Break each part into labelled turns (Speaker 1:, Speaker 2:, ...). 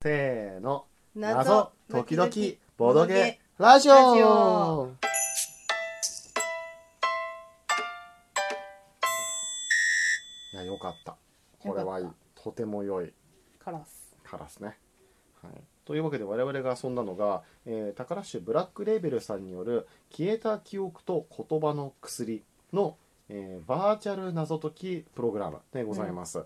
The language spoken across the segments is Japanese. Speaker 1: せーの
Speaker 2: 謎
Speaker 1: 謎時
Speaker 2: 時々
Speaker 1: 々
Speaker 2: ボ
Speaker 1: ボ
Speaker 2: ド
Speaker 1: ド
Speaker 2: ゲ
Speaker 1: ゲラジオ
Speaker 2: ラジオ
Speaker 1: いやよかったこれはいい
Speaker 2: よか
Speaker 1: とても良い
Speaker 2: カラス
Speaker 1: カラスね、はい、というわけで我々が遊んだのが、えー、宝酒ブラックレーベルさんによる「消えた記憶と言葉の薬の」えーバーチャル謎解きプログラムでございます。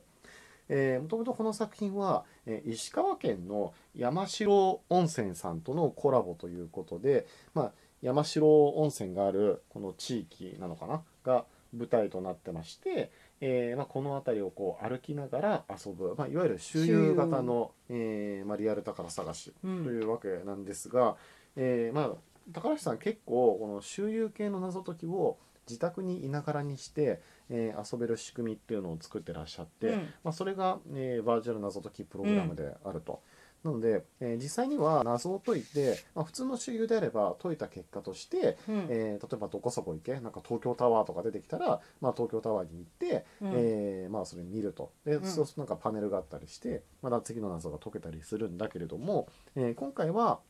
Speaker 1: えーもともとこの作品は、えー石川県の山城温泉さんとのコラボということで、まあ、山城温泉があるこの地域なのかなが舞台となってまして、えーまあ、この辺りをこう歩きながら遊ぶ、まあ、いわゆる周遊型の、えーまあ、リアル宝探し
Speaker 2: う
Speaker 1: と
Speaker 2: ん
Speaker 1: いうわけなんですが、えーまあ高橋さん結構この周遊系の謎解きを自宅にいながらにして、えー遊べる仕組みっていうのを作ってらっしゃって、
Speaker 2: うん
Speaker 1: まあ、それが、えーバーチャル謎解きプログラムであると。なので、えー実際には謎を解いて、まあ、普通の周遊であれば解いた結果として、
Speaker 2: うん
Speaker 1: えー例えばどこそこ行けなんか東京タワーとか出てきたら、まあ、東京タワーに行って、
Speaker 2: うん
Speaker 1: えーまあ、それ見るとで、
Speaker 2: うん
Speaker 1: そうするとなんかパネルがあったりしてまだ次の謎が解けたりするんだけれども、えー今回は、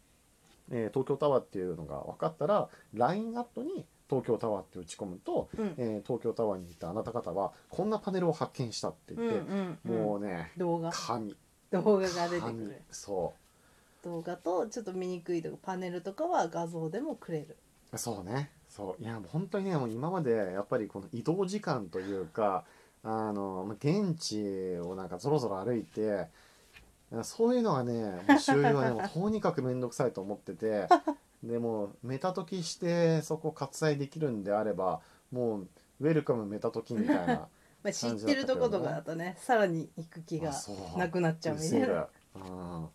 Speaker 1: えー東京タワーっていうのが分かったら LINE アットに東京タワーって打ち込むと、
Speaker 2: うん
Speaker 1: えー東京タワーにいたあなた方はこんなパネルを発見したって
Speaker 2: う
Speaker 1: 言
Speaker 2: ん
Speaker 1: って、
Speaker 2: うん
Speaker 1: も
Speaker 2: う
Speaker 1: うんね
Speaker 2: 動画
Speaker 1: 神
Speaker 2: 動画が出てく
Speaker 1: 神
Speaker 2: る
Speaker 1: そ
Speaker 2: 動画とちょっと見にくいとこパネルとかは画像でもくれる
Speaker 1: うそうねそういやもう本当にねもう今までやっぱりこの移動時間というかあのまあ現地をなんかぞろぞろ歩いてそういうのがねもう周遊 はねもうとにかく面倒くさいと思っててでもうメタ解きしてそこ割愛できるんであればもうウェルカムメタ解きみたいな
Speaker 2: まあ知ってるとことかだとねさらに行 く気が
Speaker 1: あそう
Speaker 2: なくなっちゃうみたいな
Speaker 1: うるせえうん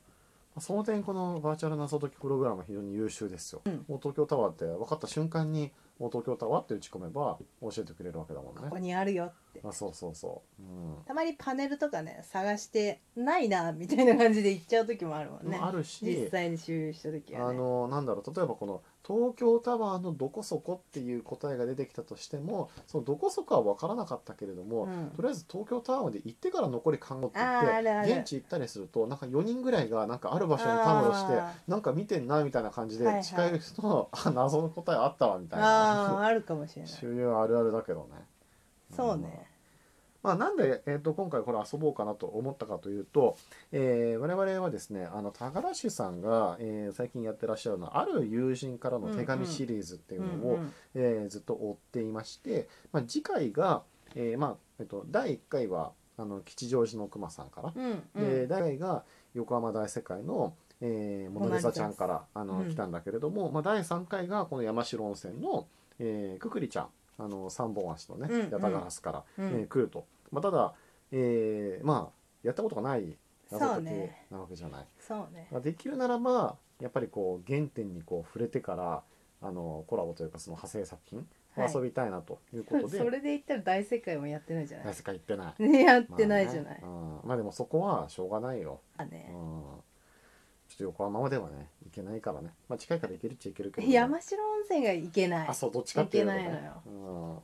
Speaker 1: その点このバーチャル謎解きプログラムは非常に優秀ですよ、
Speaker 2: うん
Speaker 1: もう東京タワーって分かった瞬間にもう東京タワーって打ち込めば教えてくれるわけだもん
Speaker 2: ここ
Speaker 1: ね
Speaker 2: にあるよって
Speaker 1: あそうそうそう、う
Speaker 2: たまにパネルとかね探してないなみたいな感じで行っちゃう時もあるもん
Speaker 1: ん
Speaker 2: ね
Speaker 1: あるし
Speaker 2: 実際に周遊した時は
Speaker 1: あ
Speaker 2: ね
Speaker 1: のなんだろう例えばこの東京タワーのどこそこっていう答えが出てきたとしてもそのどこそこは分からなかったけれども、
Speaker 2: うん
Speaker 1: とりあえず東京タワーまで行ってから残り看護って言っ
Speaker 2: あーあるあ
Speaker 1: て
Speaker 2: る
Speaker 1: 現地行ったりするとなんか4人ぐらいがなんかある場所にタオルして
Speaker 2: あ
Speaker 1: なんか見てんなみたいな感じ
Speaker 2: はいは
Speaker 1: で
Speaker 2: い
Speaker 1: 近寄る人の、あ謎の答えあったわみたい
Speaker 2: あー
Speaker 1: な
Speaker 2: あるかもしれ ない
Speaker 1: 周遊あるあるだけどね。
Speaker 2: そうね
Speaker 1: まあ、なんで、えー、と今回これ遊ぼうかなと思ったかというと、えー我々はですねあの宝志さんが、えー最近やってらっしゃるのある友人からの手
Speaker 2: うんう
Speaker 1: 紙
Speaker 2: ん
Speaker 1: シリーズっていううんのを、
Speaker 2: うん
Speaker 1: えーずっと追っていまして、まあ、次回が、えーまあえっと第1回はあの吉祥寺の熊さんから、
Speaker 2: うんう
Speaker 1: で
Speaker 2: ん
Speaker 1: 第2回が横浜大世界の、えー、モ
Speaker 2: モナ
Speaker 1: ナ
Speaker 2: リ
Speaker 1: リ
Speaker 2: ザ
Speaker 1: ザちゃんからあの、
Speaker 2: うん
Speaker 1: 来たんだけれども、まあ、第3回がこの山城温泉の、えーくくりちゃんあの三本足のね、
Speaker 2: うんうん
Speaker 1: 八田ガラスから、
Speaker 2: う
Speaker 1: えー
Speaker 2: ん
Speaker 1: 来ると、まあ、ただ、えーまあやったことがない謎
Speaker 2: そう
Speaker 1: 解き
Speaker 2: ね
Speaker 1: なわけじゃない、
Speaker 2: そうね
Speaker 1: まあできるならばやっぱりこう原点にこう触れてからあのコラボというかその派生作品
Speaker 2: は
Speaker 1: を
Speaker 2: い
Speaker 1: 遊びたいなということで、
Speaker 2: それで言ったら大世界もやってないじゃない
Speaker 1: 大世界行ってない。
Speaker 2: ねやってないじゃない
Speaker 1: まあ,、ねうん、まあでもそこはしょうがないよ
Speaker 2: あ
Speaker 1: うんち
Speaker 2: ね
Speaker 1: ょっと横浜まではね行けないからね、まあ、近いから行けるっちゃ行けるけど、ね、
Speaker 2: 山城温泉が行けない
Speaker 1: あそうどっちかっていうと
Speaker 2: 行けないの
Speaker 1: ね
Speaker 2: よ、
Speaker 1: うん、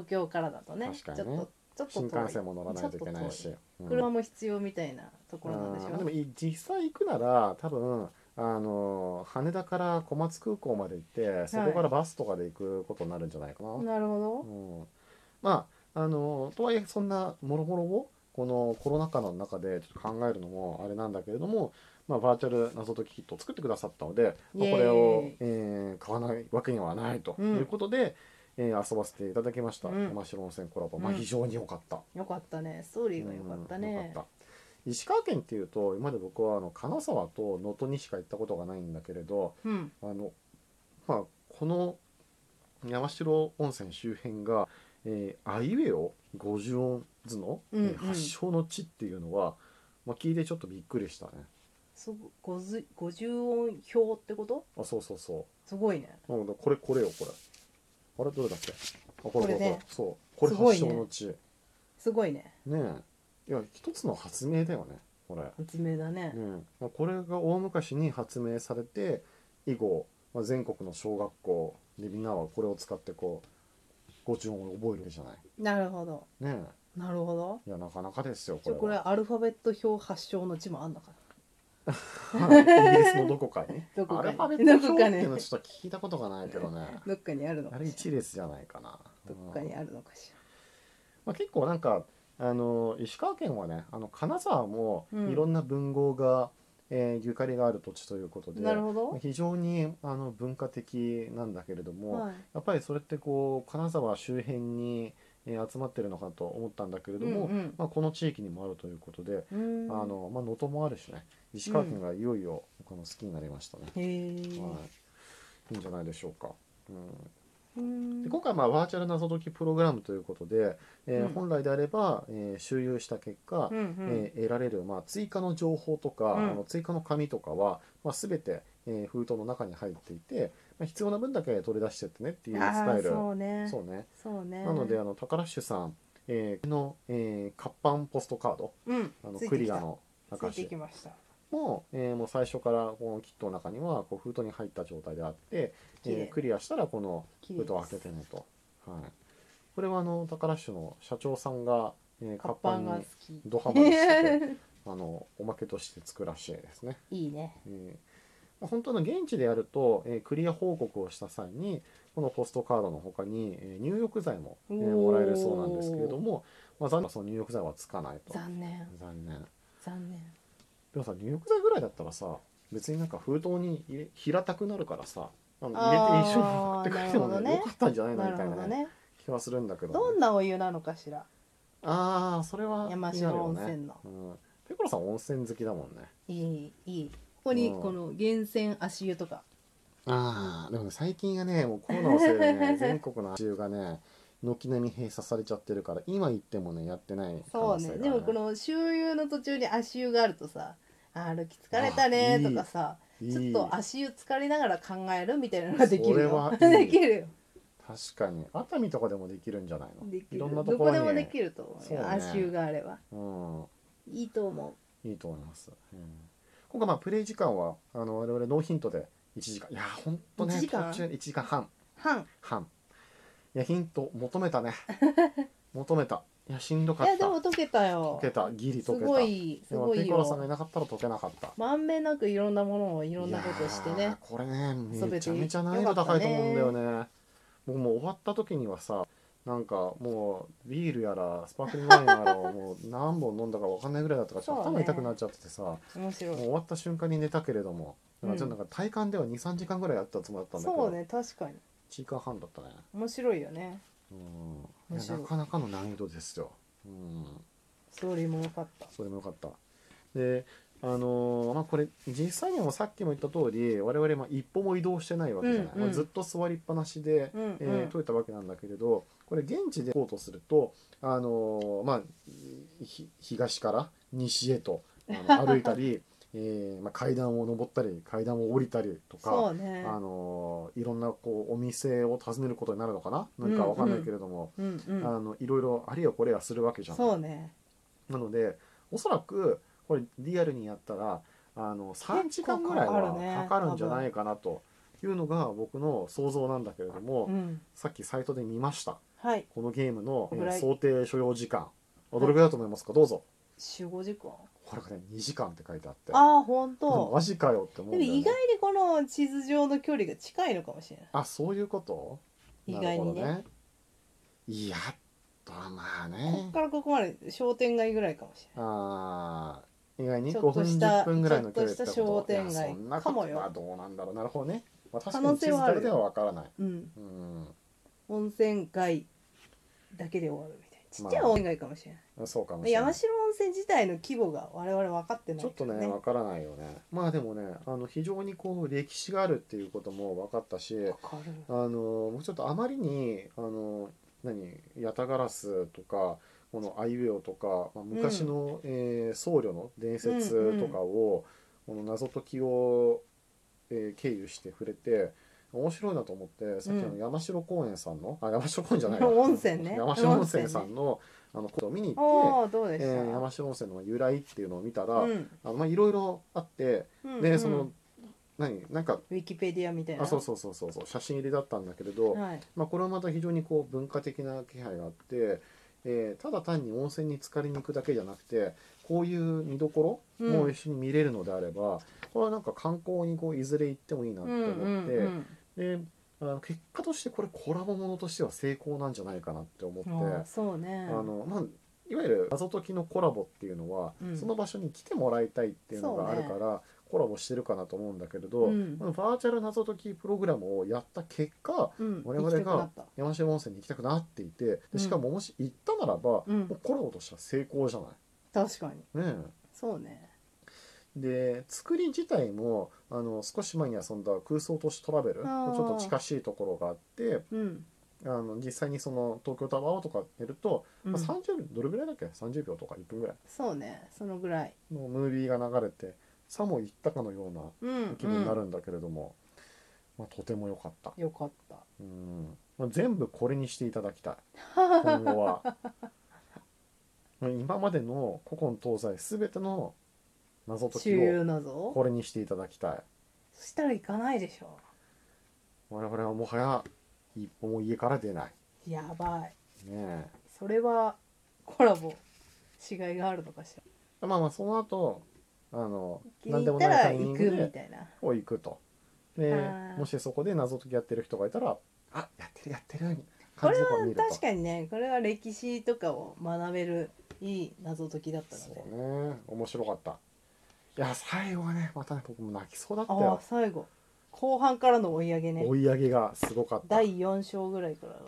Speaker 2: 東京からだとね
Speaker 1: 確かにね
Speaker 2: ちょっとち
Speaker 1: 新
Speaker 2: ょっ
Speaker 1: 幹
Speaker 2: と遠
Speaker 1: 線
Speaker 2: い
Speaker 1: も乗らないといけない
Speaker 2: ち
Speaker 1: し
Speaker 2: ょ、
Speaker 1: うん
Speaker 2: 車も必要みたいなところなんで
Speaker 1: う
Speaker 2: し
Speaker 1: んで
Speaker 2: ょ
Speaker 1: もい実際行くなら多分あの羽田から小松空港まで行ってそこからバスとかで行くことになるんじゃないかな、
Speaker 2: なるほ
Speaker 1: う
Speaker 2: ど
Speaker 1: ん、まああのとはいえそんなもろもろをこのコロナ禍の中でちょっと考えるのもあれなんだけれども、まあ、バーチャル謎解きキットを作ってくださったので、まあ、
Speaker 2: イエーイ
Speaker 1: これを、えー買わないわけにはないということで、えー遊ばせていただきました、
Speaker 2: うん
Speaker 1: 山城温泉コラボ、まあ、
Speaker 2: うん
Speaker 1: 非常に良かった。
Speaker 2: よかったねストーリーがよかった
Speaker 1: うんよ
Speaker 2: ね
Speaker 1: かった石川県っていうと今まで僕はあの金沢と能登にしか行ったことがないんだけれど
Speaker 2: うん
Speaker 1: あの、まあ、この山城温泉周辺が、えー、あいうえお五十音図の、
Speaker 2: うんうん
Speaker 1: えー発祥の地っていうのは、まあ、聞いてちょっとびっくりしたね
Speaker 2: すごごず50音表ってこと
Speaker 1: あそうそうそ
Speaker 2: すごいね
Speaker 1: うなんだこれこれよこれあれどれだっけあこれこれ
Speaker 2: これね
Speaker 1: そうこれ
Speaker 2: すごい
Speaker 1: 発
Speaker 2: ね
Speaker 1: 祥の地ね
Speaker 2: すごいね
Speaker 1: えいや一つの発明だよねこれ
Speaker 2: 発明だね
Speaker 1: うんまあ、これが大昔に発明されて以後、まあ、全国の小学校でみんなはこれを使ってこう語順を覚えるわけじゃない
Speaker 2: なるほど
Speaker 1: ね
Speaker 2: なるほど
Speaker 1: えいやなかなかですよ
Speaker 2: じゃあこ
Speaker 1: これ
Speaker 2: れ
Speaker 1: は
Speaker 2: アルファベット表発祥の地もあんのか
Speaker 1: はいイギリスのどこかに
Speaker 2: どこ
Speaker 1: ア
Speaker 2: か
Speaker 1: ル
Speaker 2: に
Speaker 1: ファベット
Speaker 2: ど
Speaker 1: 表
Speaker 2: こ
Speaker 1: って
Speaker 2: か
Speaker 1: い
Speaker 2: に
Speaker 1: うのはちょっと聞いたことがないけどね
Speaker 2: どっかにあるの
Speaker 1: あ
Speaker 2: か
Speaker 1: れ
Speaker 2: し
Speaker 1: 一列じゃないかな
Speaker 2: らどっかにあるのかし
Speaker 1: まあ、結構なんかあの石川県はねあの金沢も
Speaker 2: うん
Speaker 1: いろんな文豪が、えーゆかりがある土地ということで
Speaker 2: らなるほど
Speaker 1: 非常にあの文化的なんだけれども、
Speaker 2: はい
Speaker 1: やっぱりそれってこう金沢周辺に、えー集まってるのかと思ったんだけれども、
Speaker 2: うんうん
Speaker 1: まあ、この地域にもあるということで、
Speaker 2: うーん
Speaker 1: あのまあ、能登もあるしね石川県がいよいよこの好きになりましたね、
Speaker 2: へー
Speaker 1: はい、いいんじゃないでしょうか。うん
Speaker 2: うーん
Speaker 1: で今回はまあバーチャル謎解きプログラムということで、えー
Speaker 2: うん
Speaker 1: 本来であれば、えー周遊した結果、
Speaker 2: うんうん
Speaker 1: えー得られる、まあ、追加の情報とか、
Speaker 2: うん
Speaker 1: あの追加の紙とかは、まあ、全て、えー封筒の中に入っていて、まあ、必要な分だけ取り出してってねっていう
Speaker 2: あ
Speaker 1: スタイル
Speaker 2: ーそうね
Speaker 1: そうね
Speaker 2: そうね
Speaker 1: なのであの宝シュさん、えーの、えー活版ポストカード
Speaker 2: うん
Speaker 1: あの
Speaker 2: つい
Speaker 1: ク
Speaker 2: てき
Speaker 1: リ
Speaker 2: た
Speaker 1: アの
Speaker 2: つい
Speaker 1: 中
Speaker 2: て
Speaker 1: 紙
Speaker 2: きました
Speaker 1: も,、えーもう最初からこのキットの中にはこう封筒に入った状態であって、
Speaker 2: 綺麗
Speaker 1: えークリアしたらこの
Speaker 2: 綺麗
Speaker 1: 封筒を開けてねと、はい、これはあの宝酒の社長さんが、えー、
Speaker 2: カッ
Speaker 1: 活
Speaker 2: パ
Speaker 1: 版
Speaker 2: ン
Speaker 1: に
Speaker 2: が好き
Speaker 1: ドハマりしててあのおまけとしてつくらしいですね、
Speaker 2: いいね
Speaker 1: えーまあ本当の現地でやると、えークリア報告をした際にこのポストカードの他に、えー入浴剤も、えーも
Speaker 2: おー
Speaker 1: らえるそうなんですけれども、まあ、残念ながらその入浴剤はつかないと
Speaker 2: 残念
Speaker 1: 残念
Speaker 2: 残念
Speaker 1: でもさ入浴剤ぐらいだったらさ別になんか封筒に入れ平たくなるからさあの入れて一緒に持ってくれても、
Speaker 2: あーなるほど
Speaker 1: ね、
Speaker 2: ね
Speaker 1: よかったんじゃないの
Speaker 2: な
Speaker 1: み
Speaker 2: る
Speaker 1: たい
Speaker 2: ほ
Speaker 1: な
Speaker 2: ど
Speaker 1: ね
Speaker 2: ね
Speaker 1: 気はするんだけど、ね、
Speaker 2: どんなお湯なのかしら
Speaker 1: ああそれは
Speaker 2: 山
Speaker 1: 気にな
Speaker 2: 城
Speaker 1: るよ
Speaker 2: 温
Speaker 1: ね
Speaker 2: 泉の
Speaker 1: うん、ペコロさん温泉好きだもんね
Speaker 2: いいいいここに
Speaker 1: うん
Speaker 2: この源泉足湯とか
Speaker 1: ああでもね最近がねもうコロナのせいでね全国の足湯がね軒並み閉鎖されちゃってるから今行ってもねやってない可
Speaker 2: そう
Speaker 1: 能性が
Speaker 2: ね
Speaker 1: ある
Speaker 2: でもこの周遊の途中に足湯があるとさあー歩き疲れたねとかさ
Speaker 1: いい
Speaker 2: ちょっと足湯疲れながら考えるみたいなのができるよ
Speaker 1: それはいい
Speaker 2: できるよ
Speaker 1: 確かに熱海とかでもできるんじゃないの
Speaker 2: でき
Speaker 1: い
Speaker 2: る
Speaker 1: ろんな
Speaker 2: ど
Speaker 1: とこ
Speaker 2: こ
Speaker 1: ろに
Speaker 2: でもできると思う
Speaker 1: そう
Speaker 2: よ
Speaker 1: ね
Speaker 2: 足湯があれば
Speaker 1: うん
Speaker 2: いいと思
Speaker 1: いいと思います。うん、今回まあプレイ時間はあの我々ノーヒントで1時間いやーほんとね
Speaker 2: 1時間
Speaker 1: 途中1時間半
Speaker 2: う半
Speaker 1: 半いやヒント求めた ね求めたいやしんどか
Speaker 2: い
Speaker 1: っ
Speaker 2: や
Speaker 1: た
Speaker 2: でも
Speaker 1: 解
Speaker 2: 解けたよ
Speaker 1: けたギリ
Speaker 2: す
Speaker 1: 解けた
Speaker 2: ごいす
Speaker 1: でも
Speaker 2: ご
Speaker 1: ピ
Speaker 2: い
Speaker 1: コロさんがい
Speaker 2: よ
Speaker 1: なかったら解けなかった
Speaker 2: まんべんなくいろんなものをいろんなことをして
Speaker 1: いやー
Speaker 2: ね
Speaker 1: これね
Speaker 2: 遊べ
Speaker 1: め
Speaker 2: て
Speaker 1: ちゃめちゃ難易度高いと思うんだよ
Speaker 2: よ
Speaker 1: ね僕もう終わった時にはさなんかもうビールやらスパークリングワインやらをもう何本飲んだか分かんないぐらいだったからちょっと
Speaker 2: そう
Speaker 1: 頭
Speaker 2: ね
Speaker 1: 痛くなっちゃっててさ、
Speaker 2: 面白
Speaker 1: もう
Speaker 2: い
Speaker 1: 終わった瞬間に寝たけれども、ち
Speaker 2: うん
Speaker 1: ょっとなんか体感では23時間ぐらいやったつもりだったんだけど
Speaker 2: そうね確かに
Speaker 1: 1時間半だったね、
Speaker 2: 面白いよね
Speaker 1: うん、い
Speaker 2: 面
Speaker 1: や
Speaker 2: 白い
Speaker 1: なかなかの難易度ですよ、うん、
Speaker 2: ストーリーも良かった
Speaker 1: それもよかったであのーまあこれ実際にもさっきも言った通り我々まあ一歩も移動してないわけじゃない、
Speaker 2: うんうん
Speaker 1: まあずっと座りっぱなしで、
Speaker 2: うんうん
Speaker 1: えー解いたわけなんだけれどこれ現地で行こうとすると、あのーまあ、ひ東から西へとあの 歩いたり、えーまあ、階段を上ったり階段を降りたりと
Speaker 2: そ
Speaker 1: か、
Speaker 2: うね
Speaker 1: あのーいろんなこうお店を訪ねることになるのかななんかわかんないけれども、
Speaker 2: うんうん
Speaker 1: あのいろいろあれよこれやするわけじゃん。
Speaker 2: そうね
Speaker 1: なのでおそらくこれリアルにやったらあの3時間ぐらい
Speaker 2: 結構かかる
Speaker 1: は
Speaker 2: ね
Speaker 1: かかるんじゃないかなというのが僕の想像なんだけれども、
Speaker 2: うん
Speaker 1: さっきサイトで見ました
Speaker 2: はい
Speaker 1: このゲームの、えー
Speaker 2: ぐらい
Speaker 1: 想定所要時間どれぐらいだと思いますかどうぞ
Speaker 2: 4、5時間
Speaker 1: これがね2時間って書いてあって
Speaker 2: ああ本当
Speaker 1: マジかよって思う
Speaker 2: で
Speaker 1: ん
Speaker 2: も
Speaker 1: だよ、ね、
Speaker 2: 意外にこの地図上の距離が近いのかもしれない
Speaker 1: あそういうこと
Speaker 2: 意外にね
Speaker 1: なるほどいやまあ
Speaker 2: こ
Speaker 1: ね
Speaker 2: っからここまで商店街ぐらいかもしれない
Speaker 1: あー意外に
Speaker 2: ちょ
Speaker 1: 5
Speaker 2: っと
Speaker 1: 分
Speaker 2: した
Speaker 1: 10分ぐらいの距離ってこと
Speaker 2: ちょっとした商店街
Speaker 1: いやそんなこと
Speaker 2: かもよ
Speaker 1: はどうなんだろうなるほどね、まあ、確か
Speaker 2: 可能
Speaker 1: に地
Speaker 2: 性
Speaker 1: 図
Speaker 2: はあ
Speaker 1: だ
Speaker 2: る
Speaker 1: けではわからない
Speaker 2: うん
Speaker 1: うん
Speaker 2: 温泉街だけで終わるみたいなちっちゃい
Speaker 1: まあ
Speaker 2: 温泉街かもしれない、
Speaker 1: そうかもしれな
Speaker 2: 山
Speaker 1: い
Speaker 2: 城温泉自体の規模が我々分かってない
Speaker 1: ちょっと
Speaker 2: から
Speaker 1: ねわからないよねまあでもねあの非常にこう歴史があるっていうことも分かったし
Speaker 2: 分かる
Speaker 1: あの僕ちょっとあまりにあの何ヤタガラスとかこのあいうえおとか、まあ、昔の、えー僧侶の伝説とかを、この謎解きを、えー経由して触れて面白いなと思ってさっき
Speaker 2: う
Speaker 1: の
Speaker 2: ん
Speaker 1: 山城公園さんの、あ山城公園じゃないわ
Speaker 2: 温泉ね
Speaker 1: 山城温泉さんのあのことを見に行っ
Speaker 2: おおどうで
Speaker 1: て、え
Speaker 2: した、
Speaker 1: ー山城温泉の由来っていうのを見たら、
Speaker 2: うん
Speaker 1: あのまあいろいろあって、
Speaker 2: うん
Speaker 1: で
Speaker 2: うん
Speaker 1: その何なんか
Speaker 2: ウィキペディアみたいな
Speaker 1: あそうそうそうそうそう写真入りだったんだけれど、
Speaker 2: はい、
Speaker 1: まあ、これはまた非常にこう文化的な気配があって、えーただ単に温泉に浸かりに行くだけじゃなくてこういう見どころ
Speaker 2: うん
Speaker 1: も一緒に見れるのであれば、これはなんか観光にこういずれ行ってもいいなって
Speaker 2: うん
Speaker 1: 思って、
Speaker 2: うん
Speaker 1: であの結果としてこれコラボものとしては成功なんじゃないかなって思って、
Speaker 2: うんあーそうね
Speaker 1: あのまあ、いわゆる謎解きのコラボっていうのは、
Speaker 2: うん
Speaker 1: その場所に来てもらいたいっていうのがあるから、コラボしてるかなと思うんだけれど、
Speaker 2: うん
Speaker 1: このバーチャル謎解きプログラムをやった結果
Speaker 2: うん
Speaker 1: 我々
Speaker 2: 行きたくなった
Speaker 1: 山城温泉に行きたくなっていてでしかももし行ったならば、
Speaker 2: うん
Speaker 1: もうコラボとしては成功じゃな
Speaker 2: 確かに
Speaker 1: い。ねえ
Speaker 2: そうね
Speaker 1: で作り自体もあの少し前に遊んだ空想都市トラベル
Speaker 2: あー
Speaker 1: ちょっと近しいところがあって
Speaker 2: うん
Speaker 1: あの実際にその東京タワーとかやると、
Speaker 2: うん
Speaker 1: まあ、30秒どれぐらいだっけ30秒とか1分ぐらい
Speaker 2: そうねそのぐらい
Speaker 1: のムービーが流れてさも行ったかのよう
Speaker 2: うん
Speaker 1: な気分にな
Speaker 2: う
Speaker 1: るんだけれども、まあ、とても良かった、
Speaker 2: んよかった
Speaker 1: うんまあ、全部これにしていただき たい今後はまあ今までの古今東西全ての謎解き
Speaker 2: 周
Speaker 1: を
Speaker 2: 遊謎
Speaker 1: これにしていただきたい
Speaker 2: そしたら行かないでしょ
Speaker 1: 我々はもはや一歩も家から出ない
Speaker 2: やばい
Speaker 1: ね
Speaker 2: それはコラボしがいがあるのかしら
Speaker 1: えまあまあその後あの
Speaker 2: 気
Speaker 1: 何
Speaker 2: に
Speaker 1: で
Speaker 2: 入
Speaker 1: も
Speaker 2: った
Speaker 1: ない
Speaker 2: ら
Speaker 1: タイミン
Speaker 2: 行
Speaker 1: グ
Speaker 2: くみ
Speaker 1: で
Speaker 2: たいな
Speaker 1: こう行くとで
Speaker 2: あー
Speaker 1: もしそこで謎解きやってる人がいたらあやってるやってる
Speaker 2: こ
Speaker 1: 感
Speaker 2: れ
Speaker 1: じ
Speaker 2: は
Speaker 1: とか見ると
Speaker 2: 確かにねこれは歴史とかを学べるいい謎解きだった
Speaker 1: そ
Speaker 2: ので
Speaker 1: うね面白かったいや最後はねまたね僕も泣きそうだった
Speaker 2: ああ
Speaker 1: よ、
Speaker 2: 最後後半からの追い上げね
Speaker 1: 追い上げがすごかった、うん、い
Speaker 2: 第4章ぐらいからが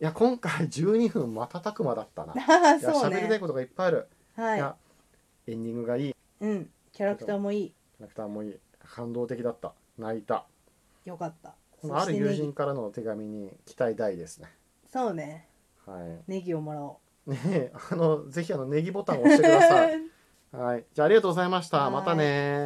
Speaker 1: や今回12分瞬く間だったない
Speaker 2: ああ
Speaker 1: や
Speaker 2: そう
Speaker 1: 喋りたい
Speaker 2: ね
Speaker 1: ことがいっぱいある、い
Speaker 2: は
Speaker 1: やエンディングがいいキ
Speaker 2: いうんキャラクターもいい
Speaker 1: ャラクターもいい感動的だった泣いた
Speaker 2: よかった
Speaker 1: このある友
Speaker 2: ネ
Speaker 1: 人
Speaker 2: ギ
Speaker 1: からの手紙に期待大ですね。
Speaker 2: そうね
Speaker 1: は
Speaker 2: ネギをもらお
Speaker 1: い。ね え、あの、ぜひあの、ネギボタンを押してください。
Speaker 2: う
Speaker 1: はい。じゃあ、ありがとうございました。またね